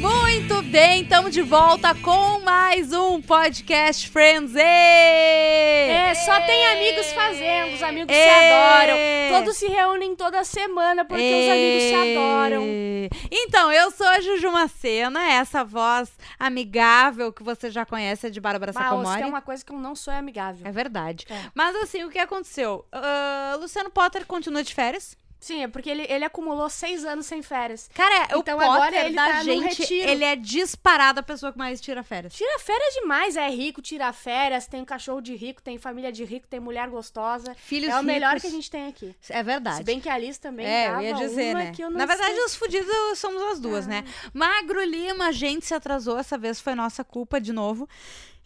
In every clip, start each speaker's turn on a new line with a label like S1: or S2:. S1: Muito bem, estamos de volta com mais um podcast Friends. É,
S2: É, só tem amigos fazendo, os amigos se
S1: Ei!
S2: adoram.
S1: É.
S2: Todos se reúnem toda semana porque os amigos se adoram.
S1: Então, eu sou a Juju Macena, essa voz amigável que você já conhece é de Bárbara
S2: Mas
S1: Sacomori.
S2: tem uma coisa que eu não sou é amigável.
S1: É verdade.
S2: É.
S1: Mas assim, o que aconteceu? Ah, Luciano Potter continua de férias.
S2: Sim, é porque ele, ele acumulou seis anos sem férias.
S1: Cara, o
S2: Então,
S1: Potter
S2: agora ele
S1: da
S2: tá num
S1: gente,
S2: retiro.
S1: ele é disparado a pessoa que mais tira férias.
S2: Tira férias demais, é rico, tira férias, tem cachorro de rico, tem família de rico, tem mulher gostosa.
S1: Filhos
S2: é o melhor
S1: ricos.
S2: que a gente tem aqui.
S1: É verdade.
S2: Se bem que a Alice também
S1: É, eu
S2: dava
S1: ia dizer,
S2: uma
S1: né?
S2: que eu não
S1: Na verdade,
S2: sei. Ah.
S1: os fudidos somos as duas, né? Magro Lima, a gente se atrasou, essa vez foi nossa culpa de novo.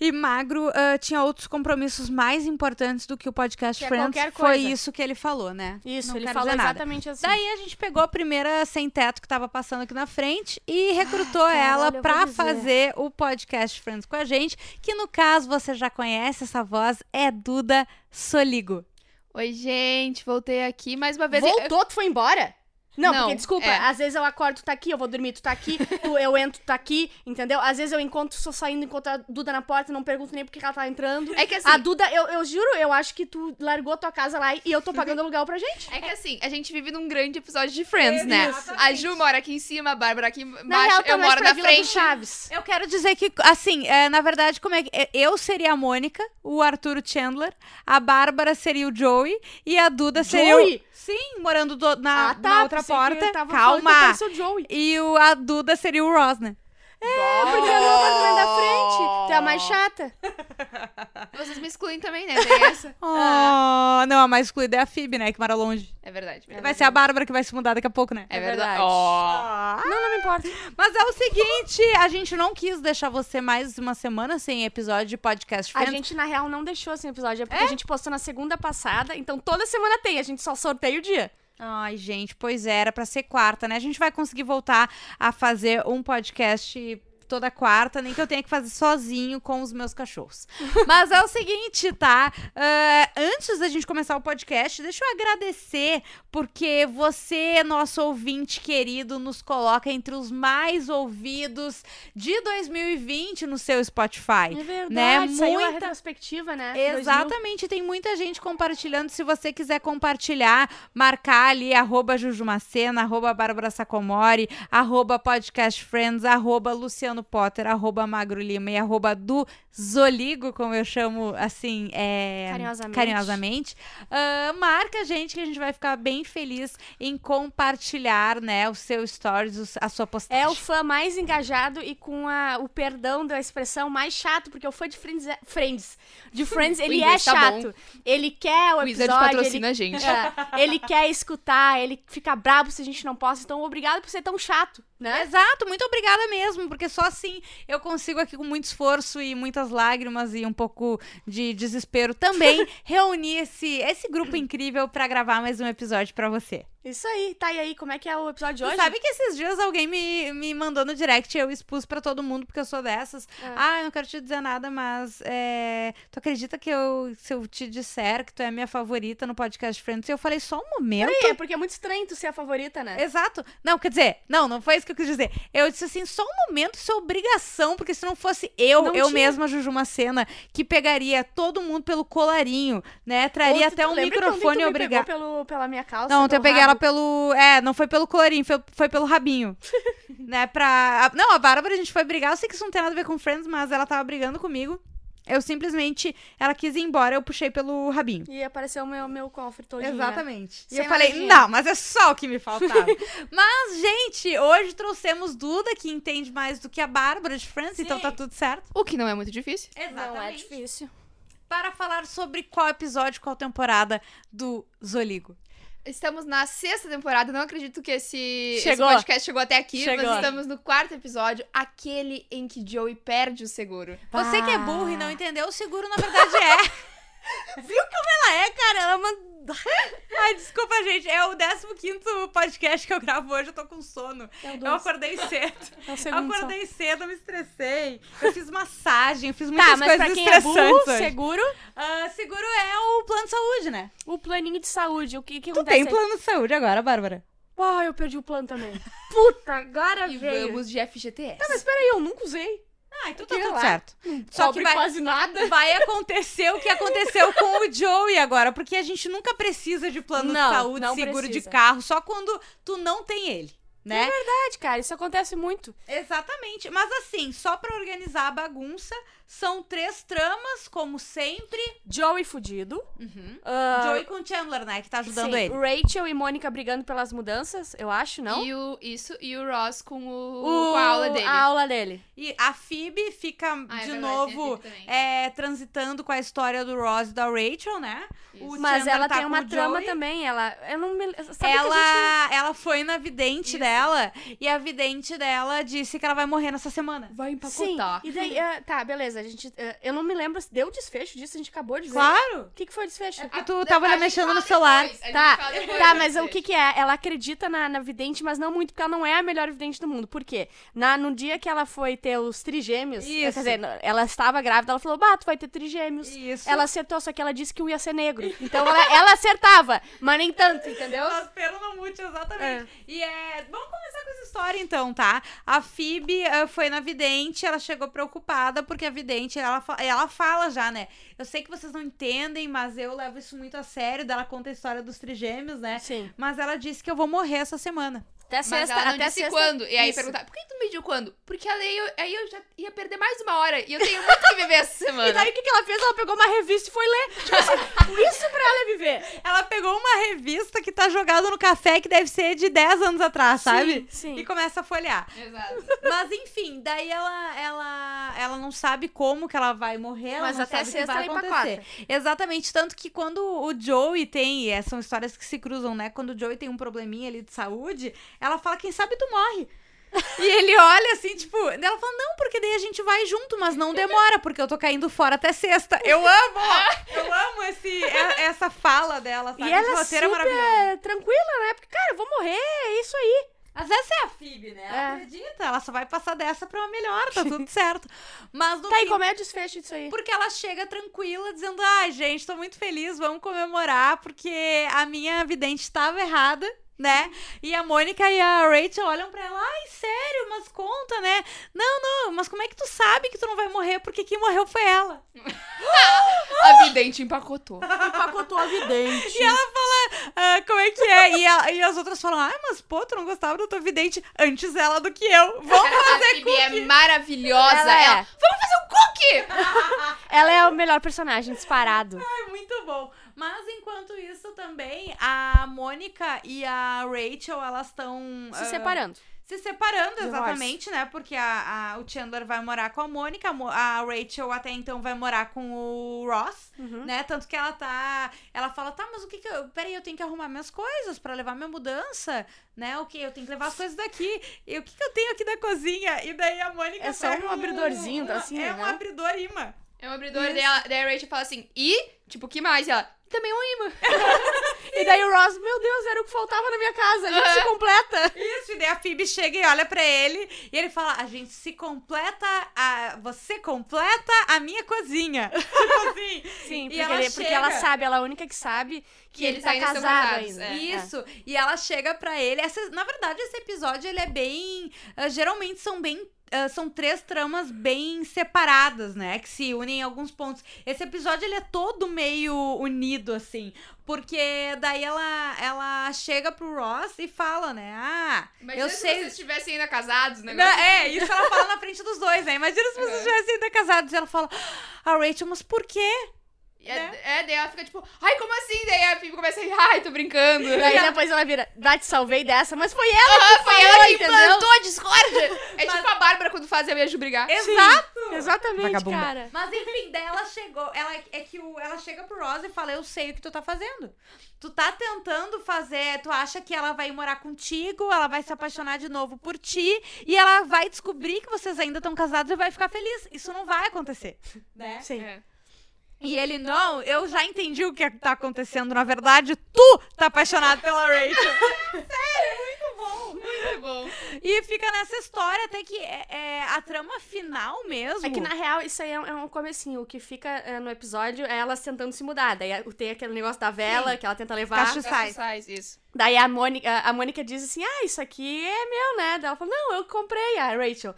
S1: E Magro ah, tinha outros compromissos mais importantes do que o podcast
S2: Que é
S1: Friends.
S2: qualquer
S1: Foi
S2: coisa.
S1: isso que ele falou, né?
S2: Isso,
S1: Não
S2: ele
S1: quero
S2: falou
S1: dizer nada.
S2: exatamente assim.
S1: Daí a gente pegou a primeira sem teto que tava passando aqui na frente e recrutou
S2: Ah, caralho,
S1: ela
S2: eu vou
S1: pra
S2: dizer.
S1: fazer o podcast Friends com a gente, que no caso você já conhece essa voz, é Duda Soligo.
S3: Oi, gente, voltei aqui mais uma vez. Eu-
S2: Voltou, tu foi embora? Não,
S3: Não,
S2: porque, desculpa,
S3: é.
S2: às vezes eu acordo, tu tá aqui, eu vou dormir, tu tá aqui, tu- eu entro, tu tá aqui, entendeu? Às vezes eu encontro, só saindo, encontro a Duda na porta, não pergunto nem porque ela tá entrando.
S3: É que assim,
S2: A Duda, eu, eu juro, eu acho que tu largou tua casa lá e eu tô pagando aluguel pra gente.
S3: é que assim, a gente vive num grande episódio de Friends,
S1: Exatamente.
S3: né? A Ju mora aqui em cima, a Bárbara aqui
S2: Na real,
S3: embaixo,
S2: tá
S3: eu
S2: mais
S3: moro
S2: pra
S3: na
S2: Vila do
S3: frente.
S2: Chaves.
S1: Eu quero dizer que, assim, é, na verdade, como é que. é, Eu seria a Mônica, o Arthur o Chandler, a Bárbara seria o Joey e a Duda seria
S2: Joey?
S1: o. Sim, morando do- na,
S2: ah, tá,
S1: na outra
S2: pensei que eu
S1: porta.
S2: tava falando que eu
S1: Calma!
S2: pensei o Joey.
S1: E o, a Duda seria o Ross, né?
S2: É, porque eu não tô na frente. Tu é a mais chata.
S3: Vocês me excluem também, né? Tem essa.
S2: Ah.
S1: Oh, não, a mais excluída é a Phoebe, né? Que mora longe.
S3: É verdade. É
S1: Vai
S3: verdade.
S1: ser a Bárbara que vai se mudar daqui a pouco, né?
S3: É
S2: É
S3: verdade.
S2: verdade.
S3: Ó.
S2: Não, não me importa.
S1: Mas é o seguinte, a gente não quis deixar você mais uma semana sem episódio de podcast
S2: A
S1: Friends.
S2: gente, na real, não deixou esse episódio. É porque a gente postou na segunda passada, então toda semana tem. A gente só sorteia o dia.
S1: Ai, gente, pois é, era pra ser quarta, né? A gente vai conseguir voltar a fazer um podcast toda quarta, nem que eu tenha que fazer sozinho com os meus cachorros. Mas é o seguinte, tá? Ah, antes da gente começar o podcast, deixa eu agradecer, porque você, nosso ouvinte querido, nos coloca entre os mais ouvidos de 2020 no seu Spotify.
S2: É verdade.
S1: Né?
S2: Saiu a
S1: Muita-
S2: retrospectiva, né? 2000.
S1: Exatamente, tem muita gente compartilhando. Se você quiser compartilhar, marcar ali, arroba Jujumacena, arroba Bárbara Sacomori, arroba Podcast Friends, arroba Luciano Potter, arroba Magro Lima e arroba do Zoligo, como eu chamo assim, é,
S2: Carinhosamente.
S1: carinhosamente. Ah, marca a gente que a gente vai ficar bem feliz em compartilhar, né, o seu stories, os- a sua postagem.
S2: É o fã mais engajado e com a- o perdão da expressão mais chato, porque o fã de Friends, é- Friends, de Friends ele é
S3: inglês tá
S2: chato. Ele quer o
S3: O Wizard
S2: episódio, ele,
S3: patrocina a gente.
S2: é, ele quer escutar, ele fica brabo se a gente não possa. Então, obrigado por ser tão chato, né?
S1: É, Exato, muito obrigada mesmo, porque só assim eu consigo aqui com muito esforço e muitas lágrimas e um pouco de desespero também reunir esse, esse grupo incrível pra gravar mais um episódio pra você.
S2: Isso aí, tá e aí, como é que é o episódio de
S1: Tu
S2: hoje?
S1: sabe que esses dias alguém me, me mandou no direct e eu expus pra todo mundo porque eu sou dessas.
S2: É.
S1: Ah, eu não quero te dizer nada, mas é, tu acredita que eu, se eu te disser que tu é a minha favorita no podcast Friends? E eu falei só um momento.
S2: É, porque é muito estranho tu ser a favorita, né?
S1: Exato. Não, quer dizer, não, não foi isso que eu quis dizer. Eu disse assim, só um momento, isso é obrigação, porque se não fosse eu,
S2: Não
S1: eu
S2: tinha.
S1: mesma, Juju Macena, que pegaria todo mundo pelo colarinho, né? Traria
S2: Ontem,
S1: até
S2: tu
S1: um
S2: lembra que
S1: microfone
S2: ontem tu me pegou
S1: obrigado.
S2: pelo pela minha calça.
S1: Não, ontem eu
S2: pelo
S1: peguei
S2: rabo?
S1: ela pelo. É, não foi pelo colarinho, foi, foi pelo rabinho. né, pra. a- não, a Bárbara, a gente foi brigar. Eu sei que isso não tem nada a ver com Friends, mas ela tava brigando comigo. Eu simplesmente. Ela quis ir embora, eu puxei pelo rabinho.
S2: E apareceu o meu, meu cofre né? todo.
S1: Exatamente. E
S2: Sem
S1: eu falei,
S2: magia.
S1: não, mas é só o que me faltava. mas, gente, hoje trouxemos Duda, que entende mais do que a Bárbara de Friends, então
S2: Sim.
S1: tá tudo certo.
S3: O que não é muito difícil.
S2: Não é difícil.
S1: Para falar sobre qual episódio, qual temporada do Zoligo.
S3: Estamos na sexta temporada, não acredito que esse, esse
S2: Chegou.
S3: podcast chegou até aqui,
S1: Chegou.
S3: mas estamos no quarto episódio, aquele em que Joey perde o seguro.
S1: Você que é burro e não entendeu, o seguro na verdade é.
S2: Ela é, cara, ela é uma.
S1: Ai, desculpa, gente, é o 15 podcast que eu gravo hoje, eu tô com sono.
S2: É o
S1: Eu
S2: dois.
S1: acordei cedo.
S2: É o
S1: Eu
S2: segundo. só.
S1: acordei cedo, eu me estressei. Eu fiz massagem, eu fiz muitas
S2: Tá, mas pra
S1: coisas
S2: quem é burro,
S1: estressantes hoje.
S2: seguro,
S1: Ah, seguro é o plano de saúde, né?
S2: o planinho de saúde, o que, que
S1: Tu
S2: acontece?
S1: tem plano de saúde agora, Bárbara?
S2: Uau, eu perdi o plano também.
S1: Tá,
S2: Puta, agora
S3: E
S2: veio.
S3: vamos de FGTS.
S2: Mas peraí, eu nunca usei.
S1: Ah, então tá
S3: Sei
S1: tudo
S3: lá.
S1: certo. Só que
S2: Cobre
S1: vai,
S2: quase nada.
S1: vai acontecer o que aconteceu com o Joey agora, porque a gente nunca precisa de plano
S4: Não,
S1: de saúde,
S4: não
S1: seguro de
S4: precisa.
S1: carro, só quando tu não tem ele, né?
S4: Verdade, cara, isso acontece muito.
S1: Exatamente. Mas assim, só pra organizar a bagunça, são três tramas, como sempre.
S4: Joey fudido.
S1: Uhum.
S4: ah,
S1: Joey com Chandler, né? Que tá ajudando
S4: sim,
S1: ele.
S4: Rachel e Mônica brigando pelas mudanças, eu acho, não?
S3: E o, isso, e o Ross com, o,
S4: O-
S3: com a aula dele.
S4: A aula dele.
S1: E a Phoebe fica
S3: Ah, é
S1: de
S3: verdade, tem
S1: novo
S3: aquele também.
S1: é, transitando com a história do Ross e da Rachel, né?
S3: Isso.
S1: o
S4: Mas
S1: Chandler
S4: ela
S1: tá
S4: tem
S1: com
S4: uma
S1: o
S4: trama
S1: Joey.
S4: também, ela... Eu não me... Sabe que a
S1: ela,
S4: gente-
S1: ela foi na vidente
S3: Isso.
S1: dela e a vidente dela disse que ela vai morrer nessa semana.
S3: Vai
S2: Sim,
S3: empacotar.
S2: e daí, ah, tá, beleza, a gente, ah, eu não me lembro se deu desfecho disso, a gente acabou de ver.
S1: Claro! É,
S2: O que, que foi o desfecho?
S1: Porque tu
S3: A-
S1: tava
S3: a
S1: lá
S3: gente
S1: mexendo no
S3: fala
S1: celular.
S3: depois, a gente
S4: Tá,
S3: fala depois,
S2: Tá, mas
S3: vocês.
S2: o que que é? Ela acredita na, na vidente, mas não muito, porque ela não é a melhor vidente do mundo. Por quê? Na, no dia que ela foi ter os trigêmeos, eh,
S1: Isso.
S2: quer dizer, ela estava grávida, ela falou, bah, tu vai ter trigêmeos.
S1: Isso.
S2: Ela acertou, só que ela disse que um ia ser negro. Então ela, ela acertava, mas nem tanto, entendeu?
S1: Elas peram muito, exatamente. E é. Vamos começar com essa história, então, tá? A Phoebe eh, foi na vidente, ela chegou preocupada, porque a vidente, ela, fa- ela fala já, né? Eu sei que vocês não entendem, mas eu levo isso muito a sério. Daí Ela conta a história dos trigêmeos, né?
S2: Sim.
S1: Mas ela disse que eu vou morrer essa semana.
S2: Até
S3: Mas
S2: é sexta,
S3: ela não
S2: até
S3: disse
S2: sexta.
S3: quando. E aí
S2: Isso.
S3: perguntar, por que tu mediu quando? Porque aí eu, aí eu já ia perder mais uma hora. E eu tenho muito que viver essa semana.
S2: E daí o que, que ela fez? Ela pegou uma revista e foi ler. Tipo assim, isso pra ela é viver.
S1: Ela pegou uma revista que tá jogada no café, que deve ser de 10 anos atrás, sabe?
S2: Sim.
S1: E começa a folhear.
S3: Exato.
S1: Mas enfim, daí ela, ela, ela não sabe como que ela vai morrer, ela
S2: Mas
S1: não
S2: até
S1: sabe o que
S2: sexta
S1: vai
S2: ela
S1: acontecer. Exatamente, tanto que quando o Joey tem, e é, são histórias que se cruzam, né? Quando o Joey tem um probleminha ali de saúde, ela fala, quem sabe tu morre. E ele olha assim, tipo, daí ela fala, não, porque daí a gente vai junto, mas não demora, porque eu tô caindo fora até sexta. Eu amo! Eu amo esse, é- essa fala dela, sabe?
S2: E
S1: Esse
S2: ela é
S1: roteiro é
S2: super-
S1: maravilhoso.
S2: É, tranquila, né? Porque, cara, eu vou morrer, é isso aí.
S1: Às vezes é a Phoebe, né? Ela
S2: É.
S1: acredita, ela só vai passar dessa pra uma melhor, tá tudo certo. Mas no
S2: Tá,
S1: fim,
S2: e como é o desfecho disso aí?
S1: porque ela chega tranquila, dizendo: ai, gente, tô muito feliz, vamos comemorar, porque a minha vidente estava errada. Né? E a Mônica e a Rachel olham pra ela, ai, sério, mas conta, né? Não, não, mas como é que tu sabe que tu não vai morrer? Porque quem morreu foi ela.
S3: A vidente empacotou.
S2: Empacotou a vidente.
S1: Ah, como é que é? E, a- e as outras falam, ai, mas pô, tu não gostava da tua vidente antes ela do que eu. Vamos
S3: a Phoebe é maravilhosa.
S2: Ela é.
S3: Ela, Vamos fazer um cookie!
S2: Ela é o melhor personagem, disparado.
S1: Muito bom. Mas enquanto isso também, a Mônica e a Rachel, elas estão
S2: Se separando.
S1: se separando,
S2: Divórcio.
S1: exatamente, né? Porque a, a- o Chandler vai morar com a Mônica, a Mo- a Rachel até então vai morar com o Ross,
S2: Uhum.
S1: né? Tanto que ela tá. Ela fala, tá, mas o que que eu. Peraí, eu tenho que arrumar minhas coisas pra levar minha mudança, né? O que? Eu tenho que levar as coisas daqui. E o que que eu tenho aqui da cozinha? E daí a Mônica.
S2: É só
S1: pega
S2: um abridorzinho,
S1: uma-
S2: assim,
S1: É
S2: né?
S1: um abridor imã.
S3: É um abridor dela. Daí a Rachel fala assim, e? Tipo, o que mais? E ela, também um imã.
S2: E daí o Ross, meu Deus, era o que faltava na minha casa. A gente se completa.
S1: Isso, e daí a Phoebe chega e olha pra ele e ele fala: A gente se completa, a... você completa a minha cozinha. Tipo assim.
S2: Sim,
S1: E
S2: porque,
S1: ela
S2: ele- porque
S1: chega.
S2: ela sabe, ela é a única que sabe que,
S3: Que
S2: ele
S3: eles
S2: tá
S3: ainda são
S2: casado
S3: casados,
S2: ainda.
S3: é.
S1: Isso, e ela chega pra ele. Essa, na verdade, esse episódio ele é bem. ah, geralmente são bem. ah, são três tramas bem separadas, né? Que se unem em alguns pontos. Esse episódio ele é todo meio unido, assim. Porque daí ela, ela chega pro Ross e fala, né? Ah,
S3: Imagina
S1: eu
S3: se
S1: sei.
S3: vocês estivessem ainda casados, né?
S1: Não, é, isso ela fala na frente dos dois, né? Imagina se vocês tivessem ainda casados. E ela fala, a Rachel, mas por quê?
S3: E
S2: Né?
S3: a- é, daí ela fica tipo, ai, como assim? Daí a Phoebe começa a rir, ai, tô brincando. "Ah,
S2: Daí depois ela vira, dá, te salvei dessa, mas foi ela que
S3: Foi
S2: falou,
S3: ela que
S2: entendeu?
S3: plantou a discórdia. É tipo a Bárbara quando faz a beijo
S2: É,
S3: brigar.
S1: Exato!
S2: Exatamente,
S4: Vagabunda.
S2: cara.
S1: Mas enfim, daí ela chegou, ela, é que o, ela chega pro Rosa e fala, eu sei o que tu tá fazendo. Tu tá tentando fazer, tu acha que ela vai morar contigo, ela vai se apaixonar de novo por ti, e ela vai descobrir que vocês ainda estão casados e vai ficar feliz. Isso não vai acontecer, né?
S2: Sim.
S3: É.
S1: E ele, não, eu já entendi o que tá acontecendo. Na verdade, tu tá apaixonado pela Rachel. Sério, muito bom. Muito
S3: Muito bom.
S1: E fica nessa história até que é, é a trama final mesmo.
S2: É que na real isso aí é um, é um comecinho. O que fica é, no episódio é elas tentando se mudar. Daí é- tem aquele negócio da vela que ela tenta levar.
S1: Cacho- Sais.
S3: Sais, isso.
S2: Daí a Mônica, a Mônica diz assim: Ah, isso aqui é meu, né? Daí ela fala: Não, eu comprei a Rachel.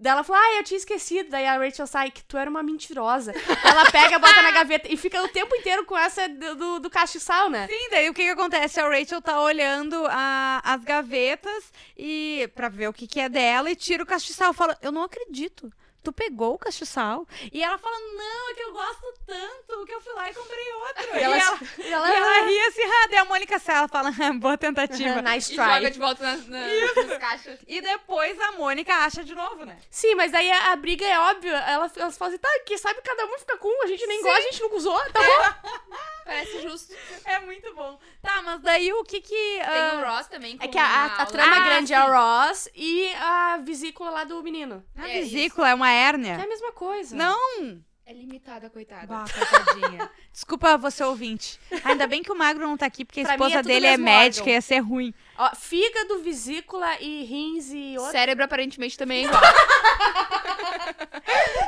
S2: Daí ela fala, ah, eu tinha esquecido. Daí a Rachel sai, que tu era uma mentirosa. Ela pega, bota na gaveta e fica o tempo inteiro com essa do, do, do castiçal, né?
S1: Sim, daí o que, que acontece? A Rachel tá olhando a- as gavetas e para ver o que, que é dela e tira o castiçal. Fala, eu não acredito. Tu pegou o castiçal? E ela fala, não, é que eu gosto tanto que eu fui lá e comprei outro. E,
S2: ela- é
S1: ela,
S2: E
S1: e ela ri assim, ah, daí a Mônica sai, ela fala, "Ah, boa tentativa.
S2: Nice
S3: E
S2: try.
S3: joga de volta na, na, nas caixas.
S1: E depois a Mônica acha de novo, né?
S2: Sim, mas daí a, a briga é óbvia. Ela, elas falam assim, tá, que sabe cada um fica com um, a gente nem gosta, a gente nunca usou, tá bom?
S3: Parece justo.
S1: É muito bom. Tá, mas daí o que que... ah,
S3: Tem o Ross também.
S2: É
S3: com
S2: que a, a-
S3: uma
S2: a trama
S1: Ah,
S2: grande é o Ross e a vesícula lá do menino.
S1: a
S3: É isso.
S1: vesícula é uma hérnia.
S2: É a mesma coisa.
S1: Não!
S3: É limitada, coitada.
S1: Bah, coitadinha. Desculpa você ouvinte. Ainda bem que o Magro não tá aqui, porque a
S2: Pra mim é
S1: esposa
S2: tudo
S1: dele é
S2: mesmo
S1: médica,
S2: órgão.
S1: ia ser ruim.
S2: Ó, fígado, vesícula e rins e outro.
S3: Cérebro aparentemente também é igual.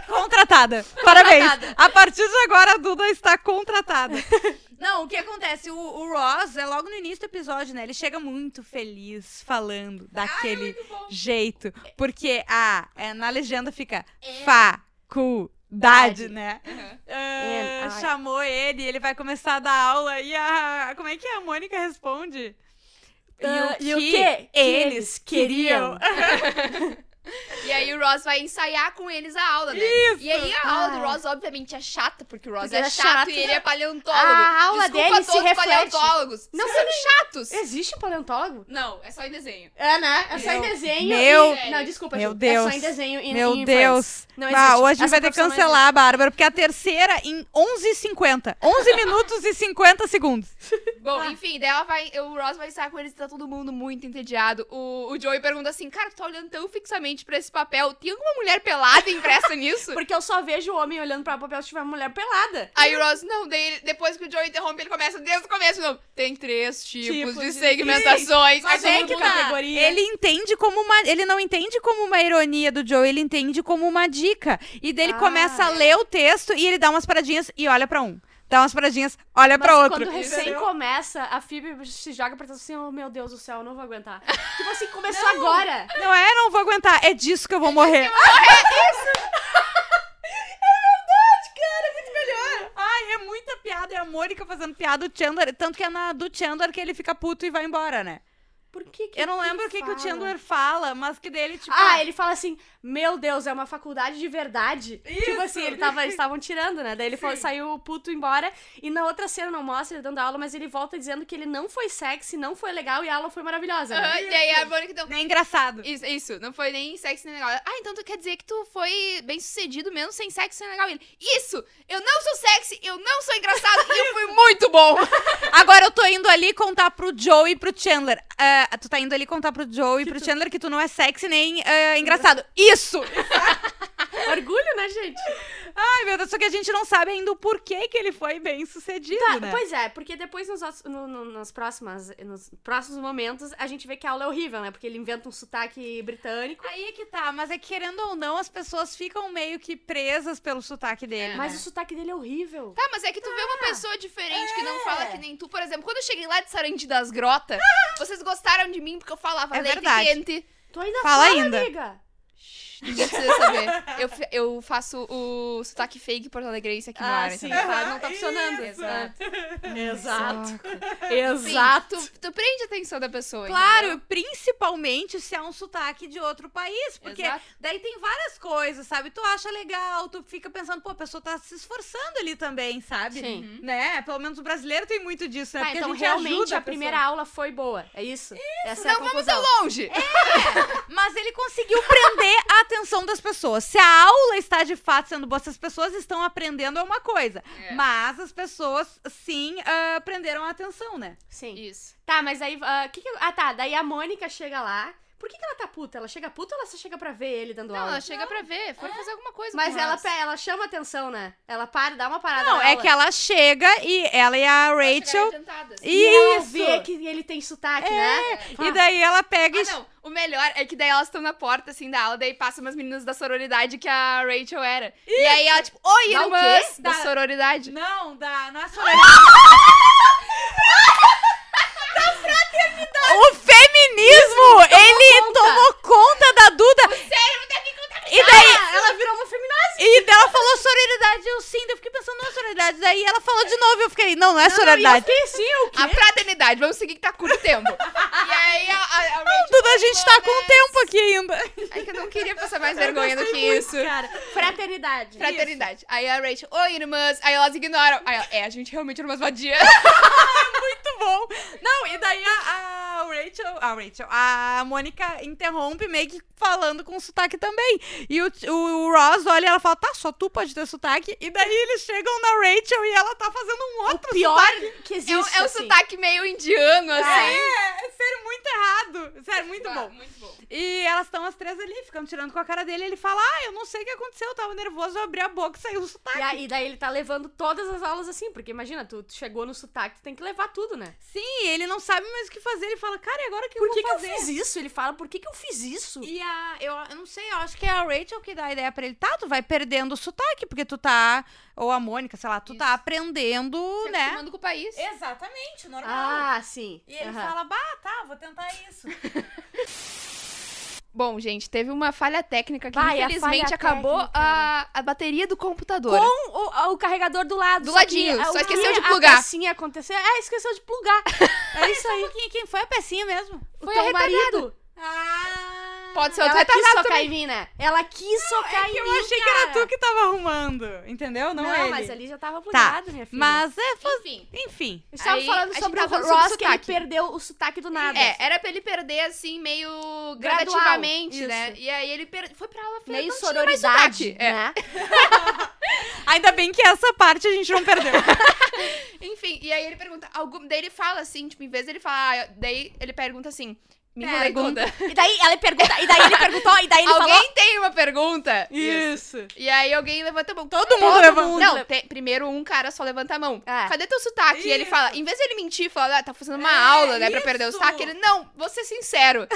S1: Contratada. Parabéns. A partir de agora, a Duda está contratada. Não, o que acontece? O, o Ross, é logo no início do episódio, né? Ele chega muito feliz falando daquele jeito. Porque a, é, na legenda fica faculdade, né? Ah,
S2: É, ai.
S1: chamou ele, ele vai começar a dar aula. E a. Como é que a Mônica responde?
S2: Ah, e o
S1: que
S2: que que
S1: eles
S2: eles
S1: queriam?
S2: queriam?
S3: E aí o Ross vai ensaiar com eles a aula, né? E aí a aula do Ross, obviamente, é chata, porque o Ross
S2: Ah. Porque
S3: é,
S2: ele é
S3: chato,
S2: chato.
S3: e ele é paleontólogo.
S2: A aula
S3: Desculpa
S2: dele
S3: a
S2: se
S3: todos os
S2: reflete.
S3: paleontólogos.
S2: Não,
S3: Vocês são chatos.
S2: Existe paleontólogo?
S3: Não, é só em desenho.
S2: É, né? É só em
S1: Meu-
S2: desenho.
S1: meu-
S2: e- Não, desculpa,
S1: Meu
S2: Ju,
S1: Deus.
S2: É só em desenho e
S1: Meu
S2: e em Friends.
S1: Deus.
S2: Não
S1: Bah,
S2: existe.
S1: hoje a gente
S2: Essa
S1: vai ter que
S2: profissão não
S1: cancelar a Bárbara, porque é a terceira em 11h50. 11 minutos e 50 segundos.
S3: Bom,
S2: Ah.
S3: enfim, daí ela vai, o Ross vai ensaiar com eles e tá todo mundo muito entediado. O, o Joey pergunta assim, cara, tu tá olhando tão fixamente pra esse papel, tem alguma mulher pelada impressa nisso?
S2: Porque eu só vejo o homem olhando pra papel se tiver uma mulher pelada.
S3: Aí o Ross, não, daí ele- depois que o Joey interrompe, ele começa desde o começo, não. Tem três tipos,
S2: Tipos
S3: de
S2: de-
S3: segmentações.
S2: Mas
S3: Aí
S2: é
S3: todo
S2: que
S3: mundo-
S2: tá. categoria.
S1: Ele entende como uma. Ele não entende como uma ironia do Joe, ele entende como uma dica. E daí ele
S2: Ah,
S1: começa a
S3: é.
S1: ler o texto e ele dá umas paradinhas e olha pra um. Dá umas paradinhas, olha
S2: Mas
S1: pra outro.
S2: quando recém
S1: Entendeu?
S2: começa, a Phoebe se joga pra trás assim, oh meu Deus do céu, eu não vou aguentar. tipo assim, começou agora.
S1: Não é, não vou aguentar. É disso que eu vou morrer. Ai, é muita piada, é a Mônica fazendo piada do Chandler. Tanto que é na do Chandler que ele fica puto e vai embora, né?
S2: Por que que
S1: Eu não
S2: ele
S1: lembro o que, que o
S2: fala?
S1: Chandler fala, mas que dele, tipo.
S2: Ah, ele fala assim, meu Deus, é uma faculdade de verdade. Tipo assim, ele tava, eles estavam tirando, né? Daí ele falou, saiu o puto embora. E na outra cena não mostra ele dando aula, mas ele volta dizendo que ele não foi sexy, não foi legal e a aula foi maravilhosa. né?
S3: Aham, e aí a Mônica, então,
S1: É engraçado.
S3: Isso, isso, não foi nem sexo nem legal. Ah, então tu quer dizer que tu foi bem sucedido mesmo sem sexo sem legal? Ele, isso! Eu não sou sexy, eu não sou engraçado e eu fui muito bom!
S1: Agora eu tô indo ali contar pro Joe e pro Chandler. Ah, tu tá indo ali contar pro Joe e pro Chandler que tu não é sexy nem ah, engraçado. Isso!
S2: Orgulho, né, gente?
S1: Ai, meu Deus, só que a gente não sabe ainda o porquê que ele foi bem sucedido,
S2: Tá,
S1: né?
S2: Pois é, porque depois nos, outros- no- no- nas próximas, nos próximos momentos a gente vê que a aula é horrível, né? Porque ele inventa um sotaque britânico.
S1: Aí é que tá, mas é que querendo ou não, as pessoas ficam meio que presas pelo sotaque dele.
S3: É,
S2: Mas
S1: né?
S2: o sotaque dele é horrível.
S3: Tá, mas é que tu vê uma pessoa diferente que não fala que nem tu. Por exemplo, quando eu cheguei lá de Sarandi das Grotas, vocês gostaram de mim porque eu falava
S1: É
S3: leite
S1: verdade.
S3: quente.
S2: Tu ainda
S1: Fala
S2: fala,
S1: ainda.
S2: amiga.
S3: Ninguém precisa saber. Eu, fa- eu faço o sotaque fake porto alegrense aqui na
S2: Ah,
S3: hora.
S2: sim,
S3: então.
S2: tá, não tá funcionando.
S3: Exato.
S2: Exato.
S3: Sim,
S2: Exato.
S3: tu, tu prende a atenção da pessoa.
S1: Claro,
S2: é.
S1: principalmente se é um sotaque de outro país, porque
S3: Exato.
S1: daí tem várias coisas, sabe? Tu acha legal, tu fica pensando, pô, a pessoa tá se esforçando ali também, sabe?
S2: Sim.
S1: Né? Pelo menos o brasileiro tem muito disso, né?
S2: Tá,
S1: porque
S2: então
S1: a gente
S2: realmente
S1: ajuda
S2: a,
S1: pessoa.
S2: primeira aula foi boa. É isso? Essa é a
S3: Não vamos
S2: conclusão.
S3: tão longe.
S1: Mas ele conseguiu prender a atenção das pessoas. Se a aula está de fato sendo boa, se as pessoas estão aprendendo é uma coisa.
S3: É.
S1: Mas as pessoas, sim, ah, prenderam a atenção, né?
S2: Sim.
S3: Isso.
S2: Tá, mas aí. ah, que que- Ah, tá. Daí a Mônica chega lá. Por que, que ela tá puta? Ela chega puta ou ela só chega pra ver ele dando
S3: Não,
S2: aula?
S3: ela chega pra ver, foram fazer alguma coisa
S2: Mas
S3: com
S2: ela,
S3: nós.
S2: pe- ela chama atenção, né? Ela para, dá uma parada.
S1: Não,
S2: na
S1: é
S2: aula.
S1: que ela chega e ela e a
S3: Elas chegaram
S1: Rachel.
S3: adiantadas.
S1: E,
S2: E ela
S1: isso.
S2: vê que ele tem sotaque, né?
S1: E daí ela pega e.
S3: Ah, não. O melhor é que daí elas estão na porta, assim, da aula, daí passam umas meninas da sororidade que a Rachel era. E aí ela, tipo, oi,
S2: Da o
S3: irmãs!
S1: quê?
S3: Da,
S1: Da-
S3: sororidade.
S1: Não, da. Não é sororidade. da fraternidade. O feminismo, ele tomou conta tá da Duda. E daí,
S2: Ah, ela virou uma feminazi.
S1: e daí ela falou sororidade, eu sim, daí eu fiquei pensando, não é sororidade. Daí ela falou de novo, e eu fiquei, não, não é sororidade.
S2: E eu fiquei assim, o quê?
S3: A fraternidade, vamos seguir que tá curto o tempo. e aí a, a, a Rachel.
S1: Duda, a gente tá com
S3: né?
S1: tempo aqui ainda.
S3: É que eu não queria passar mais vergonha do que isso.
S2: Cara, fraternidade.
S3: Fraternidade. Aí a Rachel, oi, irmãs. Aí elas ignoram. Aí ela, é, a gente realmente era umas vadias.
S1: Muito bom. Não, e daí a, a Rachel, a Rachel, a Mônica interrompe meio que falando com sotaque também. E o, o, o Ross olha e ela fala, tá, só tu pode ter sotaque. E daí eles chegam na Rachel e ela tá fazendo um
S2: O
S1: outro
S2: pior
S1: sotaque.
S2: que
S3: É, um-
S2: existe.
S3: é um
S2: assim.
S3: sotaque meio indiano, assim.
S1: É, é sério, muito errado. Sério, muito
S3: Ah,
S1: bom.
S3: Muito bom.
S1: E elas estão as três ali, ficam tirando com a cara dele. Ele fala, ah, eu não sei o que aconteceu, eu tava nervoso, eu abri a boca e saiu o sotaque.
S2: E aí, daí ele tá levando todas as aulas assim, porque imagina, tu, tu chegou no sotaque, tu tem que levar tudo, né?
S1: Sim, ele não sabe mais o que fazer. Ele fala, cara, e agora o que
S2: Por
S1: eu
S2: que,
S1: vou
S2: que eu
S1: fazer?
S2: fiz isso? Ele fala, por que, que eu fiz isso?
S1: E a, eu, eu não sei, eu acho que é a Rachel que dá a ideia pra ele. Tá, tu vai perdendo o sotaque, porque tu tá. Ou a Mônica, sei lá, tu tá aprendendo,
S3: Se
S1: né?
S3: acostumando com o país.
S1: Exatamente,
S2: Ah, sim.
S1: E ele
S2: Aham.
S1: fala, bah, tá, vou tentar isso.
S3: Bom, gente, teve uma falha técnica que
S2: Vai, a
S3: infelizmente
S2: falha
S3: acabou
S2: técnica. né?
S3: a, a bateria do computador.
S2: Com o, o carregador do lado.
S3: Do
S2: só que,
S3: ladinho,
S2: ah,
S3: só
S2: o que
S3: esqueceu de plugar.
S2: A pecinha aconteceu. É, esqueceu de plugar.
S1: É isso aí. Quem, quem foi a pecinha mesmo?
S2: Foi o
S3: teu
S2: teu marido.
S1: Ah.
S3: Pode ser outro
S2: Ela quis
S3: retardado
S2: socar
S3: também.
S2: em mim, né? Ela quis
S3: é
S2: socar em mim.
S1: Eu achei que era tu que tava arrumando, entendeu? Não,
S2: Não,
S1: é ele.
S2: mas ali já tava plugado, minha filha.
S1: Mas é. fo-
S3: Enfim.
S1: Enfim.
S2: Eu estava
S3: Tá. Aí, a
S2: falando
S3: gente
S2: sobre o
S3: tava falando
S2: Ross,
S3: sobre
S2: que ele
S3: sotaque.
S2: perdeu o sotaque do nada.
S3: É, era pra ele perder, assim, meio
S2: Gradual,
S3: gradativamente,
S2: isso.
S3: né? E aí ele per- foi pra aula, foi
S2: Meio
S3: não tinha mais
S2: sororidade,
S3: sotaque. É.
S2: né?
S1: Ainda bem que essa parte a gente não perdeu.
S3: Enfim, e aí ele pergunta, algum... daí ele fala assim, tipo, em vez dele falar, ah, daí ele pergunta assim, me
S1: Pergunta.
S3: pergunta.
S2: E daí ela pergunta, e daí ele perguntou, e daí É, ele
S3: Alguém
S2: falou...
S3: tem uma pergunta?
S1: Isso.
S3: E aí alguém levanta a mão.
S1: Todo mundo levanta.
S3: Não, tem- primeiro um cara só levanta a mão.
S2: É.
S3: Cadê teu sotaque? E ele
S1: Isso.
S3: fala, em vez de ele mentir, fala, ah, tá fazendo uma
S1: É,
S3: aula, né, pra
S1: isso.
S3: perder o sotaque. Ele, não, vou ser sincero.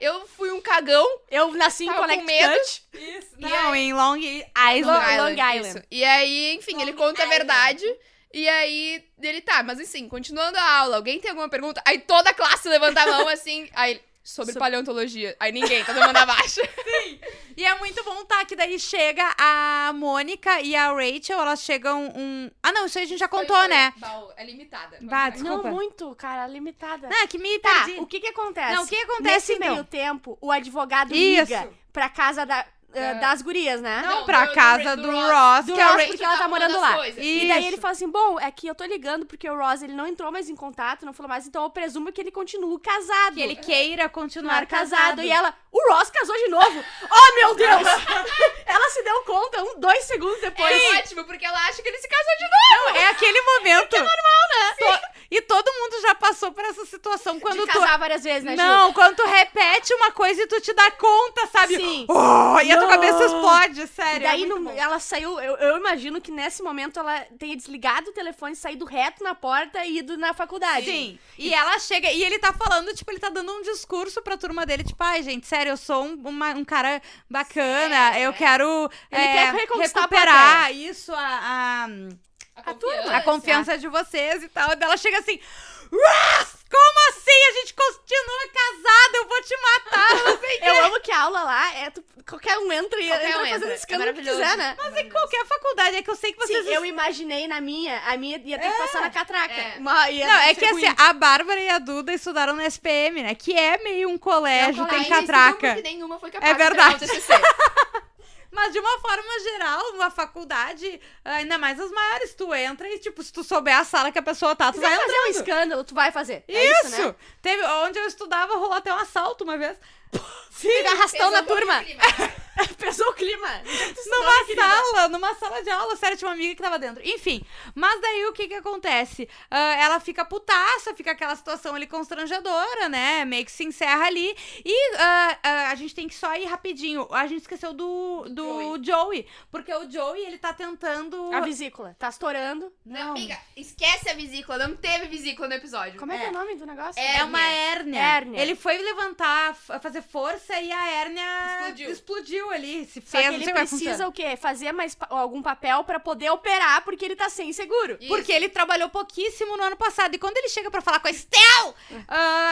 S3: Eu fui um cagão,
S2: Eu nasci em
S3: tava com
S2: Connecticut.
S3: medo.
S1: Isso.
S3: E
S1: Não, em Long Island.
S2: Long- Long
S3: isso.
S2: Island.
S3: E aí, enfim, ele
S1: Long
S3: conta a
S1: Island.
S3: verdade. E aí, ele tá, mas assim, continuando a aula, alguém tem alguma pergunta? Aí toda a classe levanta a mão assim, aí ele, sobre paleontologia. Aí ninguém, todo mundo abaixo.
S1: E é muito bom, tá? Que daí chega a Mônica e a Rachel, elas chegam um. Ah, não, isso aí a gente já contou, né?
S3: É limitada.
S1: Bah, desculpa.
S2: Não, muito, cara, limitada.
S1: Não, é que me
S2: Tá,
S1: perdi.
S2: o que que acontece?
S1: Não, o que acontece,
S2: Nesse
S1: então?
S2: meio tempo, o advogado
S1: Isso.
S2: liga pra casa da, eh,
S3: É.
S2: das gurias, né?
S1: Não,
S3: Não,
S1: pra
S3: do- do-
S1: casa
S3: do
S1: do,
S3: Ross.
S1: Ross,
S2: Do
S1: que é a
S2: Ross,
S1: Ra-
S2: porque ela tá morando lá. E daí
S1: Isso.
S2: ele fala assim: Bom, é que eu tô ligando porque o Ross ele não entrou mais em contato, não falou mais, então eu presumo que ele continua casado.
S1: Que ele queira continuar
S2: continuar
S1: casado.
S2: é
S1: é
S2: casado. E ela, o Ross casou de novo. oh, meu Deus! ela se deu conta um, dois segundos depois.
S3: É ótimo, porque ela acha que ele se casou de novo.
S1: Não, é aquele momento. É normal, né? E todo mundo já passou por essa situação quando
S2: de
S1: tu.
S2: casar várias vezes, né, Ju?
S1: Não, quando tu repete uma coisa e tu te dá conta, sabe?
S2: Sim.
S1: Oh, e a tua
S2: Não.
S1: cabeça explode, sério.
S2: E daí
S1: é muito
S2: no-
S1: bom.
S2: ela saiu, eu, eu imagino que nesse momento ela tenha desligado o telefone, saído reto na porta e ido na faculdade.
S1: Sim. E ela chega e ele tá falando, tipo, ele tá dando um discurso pra turma dele, tipo, ai, gente, sério, eu sou um, uma- um cara bacana, eu quero
S2: Ele
S1: é,
S2: quer reconquistar a
S1: recuperar isso, a,
S3: A,
S1: a, a confiança de vocês e tal. E daí ela chega assim, Ross, como assim? A gente continua casada, eu vou te matar, não sei o quê.
S2: Eu amo que a aula lá é. tu- qualquer um entra e
S3: Qualquer
S2: entra
S3: um
S2: fazendo
S3: entra, é
S2: escândalo que
S3: maravilhoso.
S2: quiser, né?
S1: Mas em qualquer faculdade, é que eu sei que
S2: Sim,
S1: vocês...
S2: eu imaginei na minha, a minha ia ter que passar na catraca.
S3: É.
S2: Uma- ia
S1: Não, é
S2: ser
S1: que assim,
S2: ruim.
S1: a Bárbara e a Duda estudaram na SPM, né? Que é meio um colégio,
S2: É
S1: tem catraca.
S3: Porque nenhuma foi capaz
S1: É
S3: de terminar
S1: verdade.
S3: o TCC.
S1: Mas de uma forma geral, uma faculdade, ainda mais as maiores, tu entra e, tipo, se tu souber a sala que a pessoa tá, tu
S2: Tu
S1: vai
S2: vai
S1: entrar.
S2: fazer um escândalo, tu vai fazer.
S1: Isso!
S2: É isso, né?
S1: Teve, onde eu estudava, rolou até um assalto uma vez.
S2: Fica arrastão na
S3: Pesou um pouco
S2: turma.
S3: o clima.
S2: Pesou o clima.
S1: numa sala, numa sala de aula, sério, tinha uma amiga que tava dentro. Enfim, mas daí o que que acontece? Ah, ela fica putaça, fica aquela situação ali constrangedora, né? Meio que se encerra ali. E ah, ah, a gente tem que só ir rapidinho. A gente esqueceu do, do Joey. porque o Joey, ele tá tentando...
S2: A vesícula. Tá estourando.
S3: Não, amiga, esquece a vesícula. Não teve vesícula no episódio.
S2: Como é, que é o nome do negócio?
S3: É
S1: É uma hérnia.
S2: Hérnia.
S1: Ele foi levantar, f- fazer força e a hérnia
S3: Explodiu.
S1: explodiu, ali. Se
S2: Só
S1: fez,
S2: que
S1: não sei
S2: ele
S1: o que vai funcionar.
S2: precisa o quê? Fazer mais pa- algum papel pra poder operar, porque ele tá sem seguro.
S3: Isso.
S1: Porque ele trabalhou pouquíssimo no ano passado. E quando ele chega pra falar com a Estel,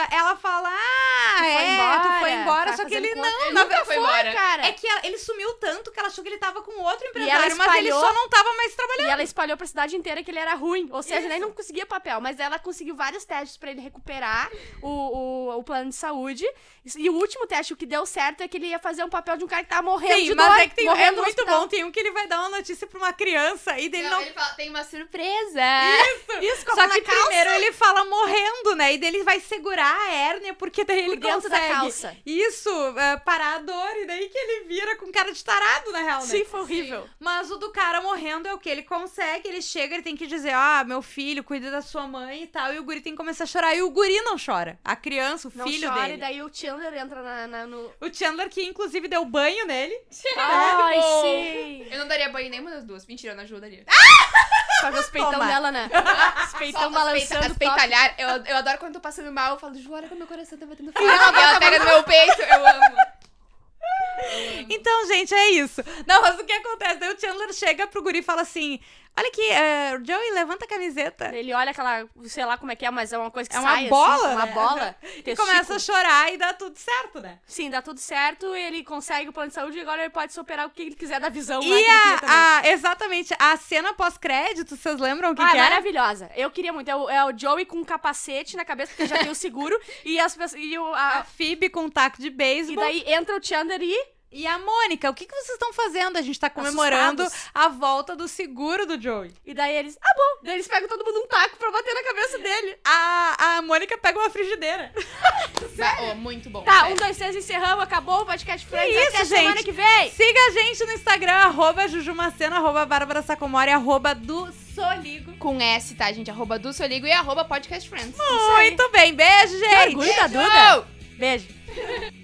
S1: ela fala: Ah,
S2: Tu É. foi
S1: é, tu foi
S2: embora,
S1: embora.
S2: tá
S1: só que
S2: fazendo
S1: ele
S2: com
S1: não.
S3: Ele
S1: na
S3: nunca
S1: verdade,
S3: foi embora.
S2: Cara,
S1: É que ela- ele sumiu tanto que ela achou que ele tava com outro
S2: ela
S1: empresário, mas ele
S2: espalhou-
S1: só não tava mais trabalhando.
S2: E ela espalhou pra cidade inteira que ele era ruim. Ou seja, ele não conseguia papel. Mas ela conseguiu vários testes pra ele recuperar o, o, o plano de saúde. E o último teste, o que deu certo, é que ele ia fazer um papel de um cara que tava morrendo
S1: Sim,
S2: de
S1: mas
S2: dor.
S1: é que tem, é
S2: morrendo no
S1: muito
S2: hospital.
S1: bom. Tem um que ele vai dar uma notícia pra uma criança e dele
S3: Não,
S1: não.
S3: ele fala, tem uma surpresa.
S2: Isso, com a
S1: Só
S2: mão
S1: que
S2: na calça.
S1: primeiro ele fala morrendo, né? E daí ele vai segurar a hérnia, porque daí ele
S2: Por dentro da
S1: consegue.
S2: calça.
S1: Isso, é, parar a dor, e daí que ele vira com cara de tarado, na real, né?
S2: Sim, foi horrível.
S1: Mas o do cara morrendo é o que? Ele consegue, ele chega, ele tem que dizer, ah, meu filho, cuida da sua mãe e tal. E o guri tem que começar a chorar. E o guri não chora. A criança, o
S2: Não
S1: filho
S2: chora,
S1: dele.
S2: e daí o Chandler entra na, na- no...
S1: O Chandler, que inclusive deu banho nele.
S2: Ai,
S3: bom.
S2: sim!
S3: Eu não daria banho em nenhuma das duas. Mentira, eu não ajudaria. Então,
S2: Pra ver os peitão
S1: Toma.
S2: dela, né? Os peitão
S3: Ah, Só as peita-
S2: balançando
S3: as
S2: o top.
S3: peitalhar. Eu, eu adoro quando eu tô passando mal. Eu falo, Ju, olha como meu coração tá batendo forte. e ela pega no meu peito. Eu amo.
S1: Então, gente, é isso. Não, mas o que acontece? Daí o Chandler chega pro guri e fala assim: Olha aqui, eh, Joey, levanta a camiseta.
S2: Ele olha aquela, sei lá como é que é, mas é uma coisa que
S1: É uma
S2: sai, assim,
S1: bola,
S2: uma
S1: né?
S2: bola.
S1: E começa a chorar e dá tudo certo, né?
S2: Sim, dá tudo certo, ele consegue o plano de saúde e agora ele pode superar o que ele quiser da visão. lá,
S1: E
S2: que ele queria também.
S1: a, a- exatamente, a cena pós-crédito, vocês lembram o que,
S2: ah,
S1: que era?
S2: maravilhosa. Eu queria muito. É o, é o Joey com um capacete na cabeça, porque já tem o seguro. e as pessoas. E, o,
S1: A
S2: a-
S1: Phoebe com um taco de
S2: e
S1: beisebol.
S2: daí entra o Chandler e.
S1: E a Mônica, o que, que vocês estão fazendo? A gente tá comemorando
S2: Assustados.
S1: a volta do seguro do Joey.
S2: E daí eles. Ah, bom. Daí eles pegam todo mundo um taco pra bater na cabeça dele.
S1: A, a Mônica pega uma frigideira.
S3: Sério? muito bom.
S2: Tá,
S3: sério.
S2: um, dois, três, encerramos. Acabou o podcast Friends.
S1: isso,
S2: Até
S1: gente?
S2: semana que vem.
S1: Siga a gente no Instagram, arroba Jujumacena, arroba Bárbara Sacomori, arroba do Soligo.
S3: Com S, tá, gente? Arroba do Soligo e arroba Podcast Friends.
S1: Muito bem, beijo, gente!
S2: Orgulho da Duda. Beijo.